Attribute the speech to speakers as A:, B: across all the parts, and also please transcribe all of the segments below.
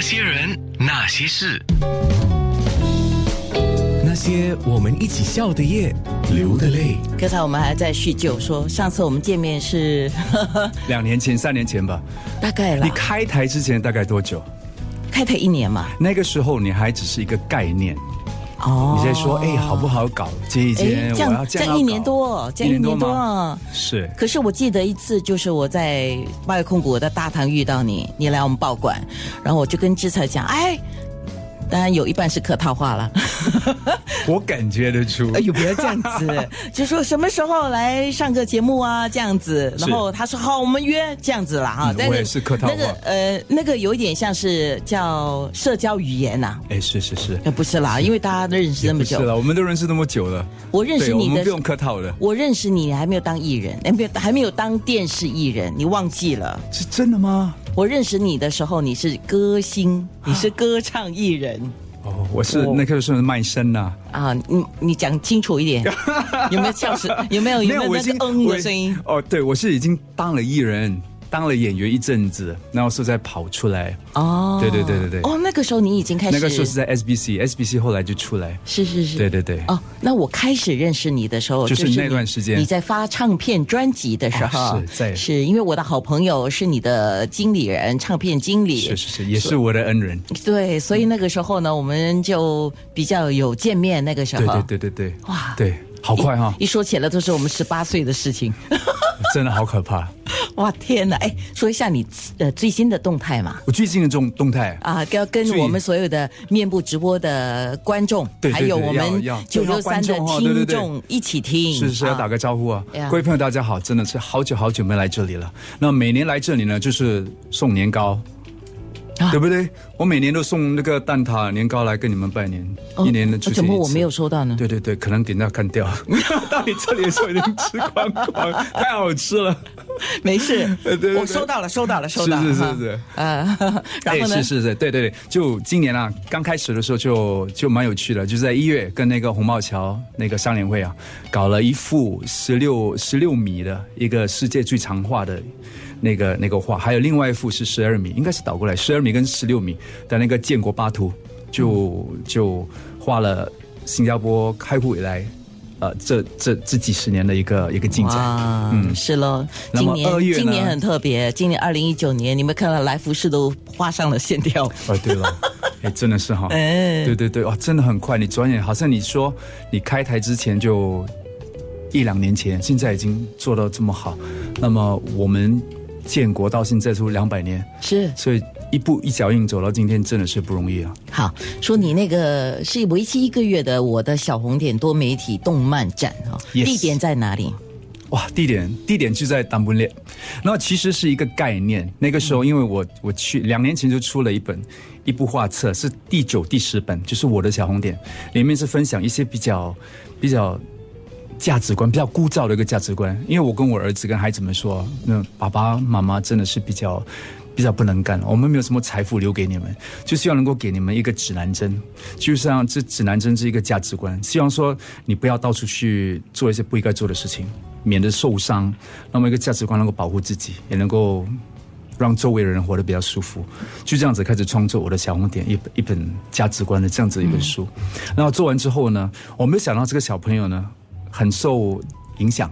A: 些人，那些事，那些我们一起笑的夜，流的泪。
B: 刚才我们还在叙旧说，上次我们见面 是
C: 两年前、三年前吧。
B: 大概了
C: 你，开台之前大概多久？
B: 开台一年嘛。
C: 那个时候你还只是一个概念，
B: 哦，
C: 你在说哎、好不好搞？接一接，
B: 哎这
C: 我要
B: 样
C: 这
B: 这
C: 样要
B: 样
C: 搞
B: 一年多，这样一年多
C: 吗？
B: 啊。
C: 是
B: 可是我记得一次，就是我在八月控股的大堂遇到你，你来我们报馆，然后我就跟志才讲，哎，当然有一半是客套话了，
C: 哎我感觉得出
B: 哎。呦，不要这样子，就说什么时候来上个节目啊，这样子。
C: 是
B: 然后他说好，我们约这样子啦哈
C: 嗯。
B: 但
C: 我也是客套话
B: 那个呃，那个有一点像是叫社交语言呐、
C: 哎，是是是，
B: 呃不是啦，因为大家都认识
C: 也
B: 那么
C: 不是啊
B: 久，
C: 了，我们都认识那么久了，
B: 我认识
C: 对，我
B: 你
C: 们
B: 的
C: 不。用客套了。
B: 我认识你，你还没有当艺人，哎，没有，还没有当电视艺人，你忘记了？
C: 是真的吗？
B: 我认识你的时候，你是歌 星，你是歌唱艺人
C: 哦，我是
B: 我
C: 那个时候是卖身呐。
B: 啊！你你讲清楚一点，有没有笑声？有没 有有没有
C: 我
B: 那
C: 已经
B: 个嗯
C: 我
B: 的声音？
C: 哦，对，我是已经当了艺人，当了演员一阵子，然后是再跑出来。
B: 哦，
C: 对对对对对
B: 哦，那个时候你已经开始，
C: 那个时候是在 SBC，SBC 后来就出来。
B: 是是是，
C: 对对对
B: 哦，那我开始认识你的时候，
C: 就是
B: 你
C: 那段时间
B: 你在发唱片专辑的时候，
C: 哦是在
B: 是因为我的好朋友是你的经理人，唱片经理，
C: 是是是，也是我的恩人。
B: 对，所以那个时候呢，我们就比较有见面。那个时候，
C: 对对对对对，
B: 哇
C: 对，好快哈、
B: 一说起来都是我们十八岁的事情。
C: 真的好可怕。
B: 哇天哪！哎，说一下你呃最新的动态嘛。
C: 我最近的这种动态，
B: 啊，要跟
C: 最
B: 我们所有的面部直播的观众，
C: 对对
B: 还有
C: 对
B: 我
C: 要
B: 们
C: 要
B: 九六
C: 要
B: 三
C: 观
B: 的
C: 众哦对
B: 听
C: 对对
B: 众一起听，
C: 是是要
B: 啊
C: 打个招呼啊
B: 呀，
C: 各位朋友大家好，真的是好久好久没来这里了。那每年来这里呢，就是送年糕。
B: 啊
C: 对不对？我每年都送那个蛋挞、年糕来跟你们拜年，
B: 哦
C: 一年的出现
B: 怎么
C: 一
B: 我
C: 次
B: 没有收到呢？
C: 对对对，可能给人家 干掉。到你这里的时候已经吃光光，太好吃了。
B: 没事
C: 对对，对
B: 我收到了，收到了，收到了。
C: 是是
B: 哈
C: 是是，
B: 啊，然后呢
C: 哎是？是是，对对对，就今年啊，刚开始的时候就就蛮有趣的，就是在一月跟那个红帽桥那个商联会啊，搞了一幅十六十六米的一个世界最长画的。那个那个画，还有另外一幅是十二米，应该是倒过来，十二米跟十六米的那个建国八图，就就画了新加坡开户以来，呃，这这这几十年的一个一个进展。
B: 哇，是喽。
C: 嗯那
B: 今
C: 么
B: 年
C: 二月呢
B: 今年很特别，今年二零一九年，你们看到来福士都画上了线 条。
C: 哦，对了，哎，真的是哈，
B: 哎
C: 对对对，哇，真的很快，你转眼好像你说你开台之前就一两年前，现在已经做到这么好，那么我们建国到现在都两百年，
B: 是
C: 所以一步一脚印走到今天，真的是不容易啊。
B: 好，说你那个是为期一个月的我的小红点多媒体动漫展哈，
C: Yes
B: 地点在哪里？
C: 哇，地点地点就在丹布列，那其实是一个概念。那个时候，因为我我去两年前就出了一本一部画册，是第九、第十本，就是我的小红点，里面是分享一些比较比较价值观比较枯燥的一个价值观。因为我跟我儿子跟孩子们说，那爸爸妈妈真的是比较比较不能干，我们没有什么财富留给你们，就希望能够给你们一个指南针，就像这指南针是一个价值观，希望说你不要到处去做一些不应该做的事情，免得受伤。那么一个价值观能够保护自己，也能够。让周围人活得比较舒服，就这样子开始创作我的小红点一本一本价值观的这样子一本书。然后做完之后呢，我没有想到这个小朋友呢很受影响。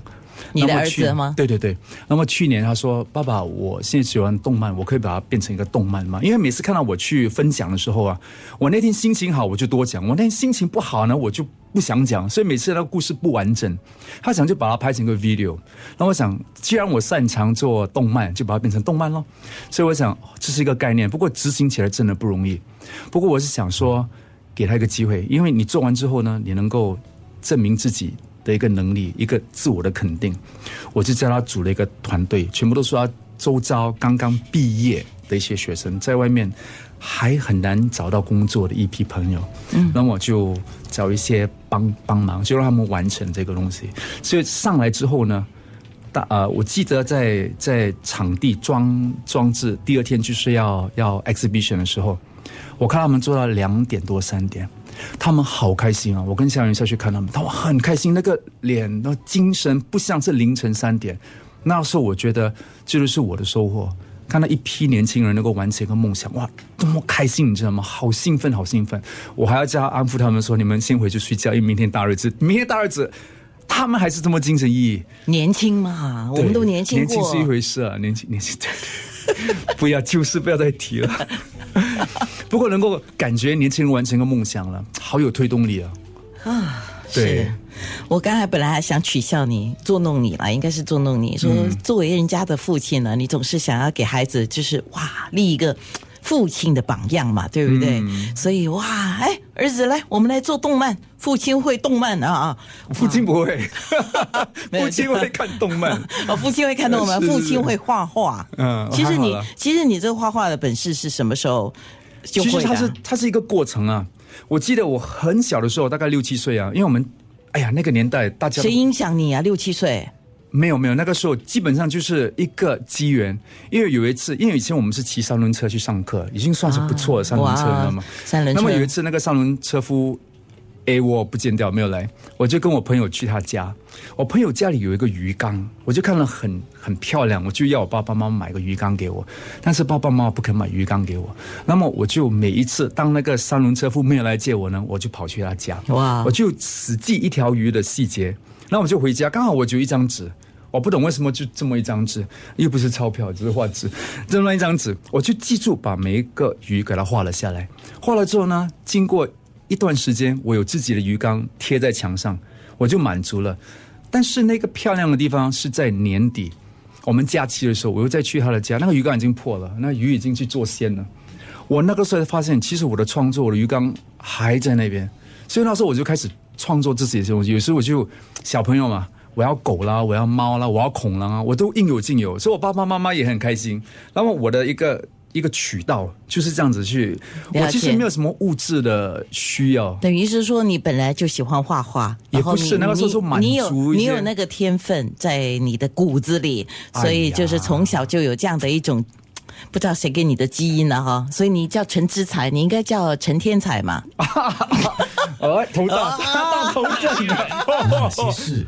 B: 你的
C: 那么
B: 儿子
C: 去
B: 吗
C: 对对对。那么去年他说：“爸爸，我现在喜欢动漫，我可以把它变成一个动漫吗？”因为每次看到我去分享的时候啊，我那天心情好我就多讲，我那天心情不好呢我就不想讲，所以每次那个故事不完整。他想就把它拍成一个 video。那我想，既然我擅长做动漫，就把它变成动漫咯。所以我想，哦这是一个概念，不过执行起来真的不容易。不过我是想说，给他一个机会，因为你做完之后呢，你能够证明自己的一个能力，一个自我的肯定。我就叫他组了一个团队，全部都是他周遭刚刚毕业的一些学生，在外面还很难找到工作的一批朋友。嗯，那么我就找一些帮帮忙，就让他们完成这个东西。所以上来之后呢。大呃，我记得在在场地装装置第二天就是要要 exhibition 的时候，我看他们做到两点多三点，他们好开心啊！我跟夏云下去看他们，他们很开心，那个脸那精神不像是凌晨三点。那时候我觉得这就是我的收获，看到一批年轻人能够完成一个梦想，哇，多么开心，你知道吗？好兴奋，好兴奋！我还要叫安抚他们说，你们先回去睡觉，因为明天大日子，明天大日子。他们还是这么精神奕奕，
B: 年轻嘛，我们都
C: 对
B: 年轻
C: 年
B: 过，
C: 轻是一回事啊，年轻 年轻，对不要旧事不要再提了。 不过能够感觉年轻人完成一个梦想了，好有推动力啊！对
B: 是我刚才本来还想取笑你、捉弄你啦，应该是捉弄你说，
C: 嗯
B: 作为人家的父亲呢，你总是想要给孩子就是哇立一个。父亲的榜样嘛，对不对？
C: 嗯
B: 所以哇，哎，儿子来，我们来做动漫，父亲会动漫啊啊，
C: 父亲不会，
B: 没有
C: 父亲会看动漫。
B: 哦，父亲会看动漫，
C: 是是
B: 父
C: 是
B: 亲会画画。
C: 嗯
B: 其实
C: 还
B: 你
C: 好啦
B: 其实你这个画画的本事是什么时候 就
C: 其
B: 会的
C: 实它
B: 啊？
C: 是它是一个过程啊。我记得我很小的时候，大概六七岁啊，因为我们，哎呀，那个年代大家都
B: 谁影响你啊？六七岁，
C: 没有没有，那个时候基本上就是一个机缘，因为有一次，因为以前我们是骑三轮车去上课，已经算是不错的三轮车
B: 啊哇
C: 了嘛。
B: 三轮车
C: 那么有一次，那个三轮车夫 A 我不见掉，没有来，我就跟我朋友去他家。我朋友家里有一个鱼缸，我就看了很很漂亮，我就要我爸爸妈妈买个鱼缸给我，但是爸爸妈妈不肯买鱼缸给我。那么我就每一次当那个三轮车夫没有来接我呢，我就跑去他家，
B: 哇
C: 我就死记一条鱼的细节。那我就回家，刚好我就一张纸，我不懂为什么就这么一张纸，又不是钞票，只是画纸，这么一张纸，我就记住把每一个鱼给它画了下来。画了之后呢，经过一段时间，我有自己的鱼缸贴在墙上，我就满足了。但是那个漂亮的地方是在年底，我们假期的时候，我又再去他的家，那个鱼缸已经破了，那鱼已经去做鲜了。我那个时候才发现，其实我的创作，我的鱼缸还在那边。所以那时候我就开始创作自己的东西。有时候我就小朋友嘛，我要狗啦，我要猫啦，我要恐狼啊，我都应有尽有。所以我爸爸妈妈也很开心。那么我的一个一个渠道就是这样子去，
B: 了解
C: 我其实没有什么物质的需 要。
B: 等于是说你本来就喜欢画画，
C: 哦也
B: 然后
C: 不
B: 你
C: 是那个时候
B: 你
C: 就满足
B: 你有
C: 一
B: 你
C: 些
B: 有那个天分在你的骨子里，
C: 哎呀
B: 所以就是从小就有这样的一种。不知道谁给你的基因了哈，所以你叫陈之才，你应该叫陈天才嘛。
C: 哦
B: 哦
C: 哎，头大，大头症啊！
A: 那些事。